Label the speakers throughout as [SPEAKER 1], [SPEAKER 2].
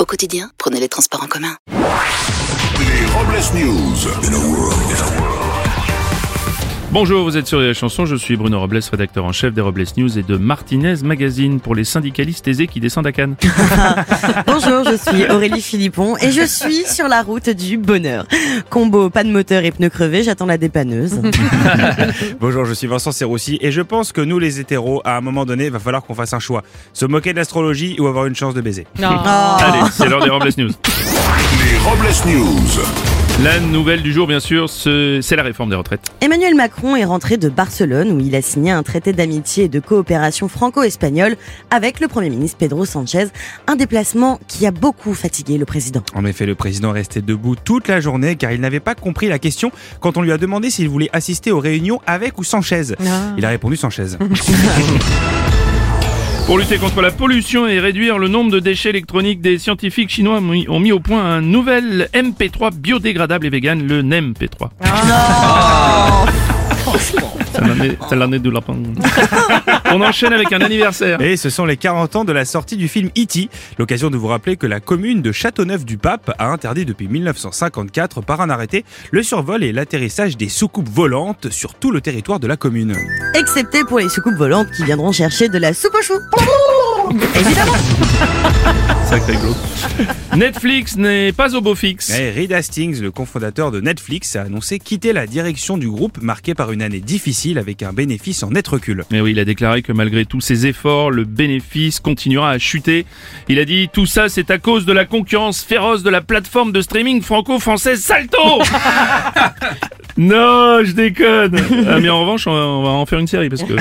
[SPEAKER 1] Au quotidien, prenez les transports en commun.
[SPEAKER 2] Les Robles News. In a world, in a world.
[SPEAKER 3] Bonjour, vous êtes sur Les Chansons, je suis Bruno Robles, rédacteur en chef des Robles News et de Martinez Magazine pour les syndicalistes aisés qui descendent à Cannes.
[SPEAKER 4] Bonjour, je suis Aurélie Philippon et je suis sur la route du bonheur. Combo panne moteur et pneus crevés, j'attends la dépanneuse.
[SPEAKER 5] Bonjour, je suis Vincent Serroussi et je pense que nous les hétéros, à un moment donné, va falloir qu'on fasse un choix. Se moquer de l'astrologie ou avoir une chance de baiser.
[SPEAKER 3] Allez, c'est l'heure des Robles News.
[SPEAKER 2] Les Robles News.
[SPEAKER 3] La nouvelle du jour, bien sûr, ce- c'est la réforme des retraites.
[SPEAKER 4] Emmanuel Macron est rentré de Barcelone où il a signé un traité d'amitié et de coopération franco-espagnole avec le Premier ministre Pedro Sanchez, un déplacement qui a beaucoup fatigué le président.
[SPEAKER 5] En effet, le président restait debout toute la journée car il n'avait pas compris la question quand on lui a demandé s'il voulait assister aux réunions avec ou sans chaise. Il a répondu sans chaise.
[SPEAKER 3] Pour lutter contre la pollution et réduire le nombre de déchets électroniques, des scientifiques chinois ont mis- ont mis au point un nouvel MP3 biodégradable et vegan, le NEMP3. Ça l'année- C'est l'année du lapin. On enchaîne avec un anniversaire.
[SPEAKER 5] Et ce sont les 40 ans de la sortie du film E.T. L'occasion de vous rappeler que la commune de Châteauneuf-du-Pape a interdit depuis 1954 par un arrêté le survol et l'atterrissage des soucoupes volantes sur tout le territoire de la commune.
[SPEAKER 4] Excepté pour les soucoupes volantes qui viendront chercher de la soupe aux choux.
[SPEAKER 3] Netflix n'est pas au beau fixe.
[SPEAKER 5] Et Eh, Reed Hastings, le cofondateur de Netflix, a annoncé quitter la direction du groupe marquée par une année difficile avec un bénéfice en net recul.
[SPEAKER 3] Mais oui, il a déclaré que malgré tous ses efforts, le bénéfice continuera à chuter. Il a dit tout ça, c'est à cause de la concurrence féroce de la plateforme de streaming franco-française Salto. non, je déconne. Ah, mais en revanche, on va- on va en faire une série parce que.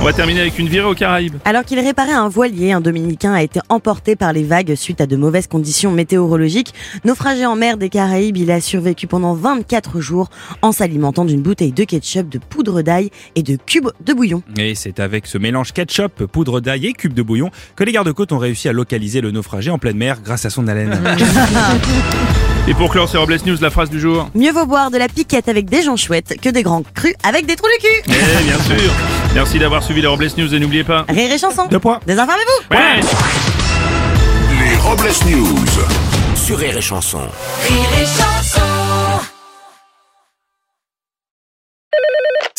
[SPEAKER 3] On va terminer avec une virée aux Caraïbes.
[SPEAKER 4] Alors qu'il réparait un voilier, un Dominicain a été emporté par les vagues suite à de mauvaises conditions météorologiques. Naufragé en mer des Caraïbes, il a survécu pendant 24 jours en s'alimentant d'une bouteille de ketchup, de poudre d'ail et de cubes de bouillon.
[SPEAKER 5] Et c'est avec ce mélange ketchup, poudre d'ail et cube de bouillon que les gardes-côtes ont réussi à localiser le naufragé en pleine mer grâce à son haleine.
[SPEAKER 3] Et pour clore ces Robles News, la phrase du jour.
[SPEAKER 4] Mieux vaut boire de la piquette avec des gens chouettes que des grands crus avec des trous du cul.
[SPEAKER 3] Eh bien sûr. Merci d'avoir suivi les Robles News et n'oubliez pas.
[SPEAKER 4] Rire et chanson.
[SPEAKER 5] Deux points.
[SPEAKER 4] Désinformez-vous.
[SPEAKER 3] Ouais.
[SPEAKER 2] Les Robles News. Sur Rire et Chanson.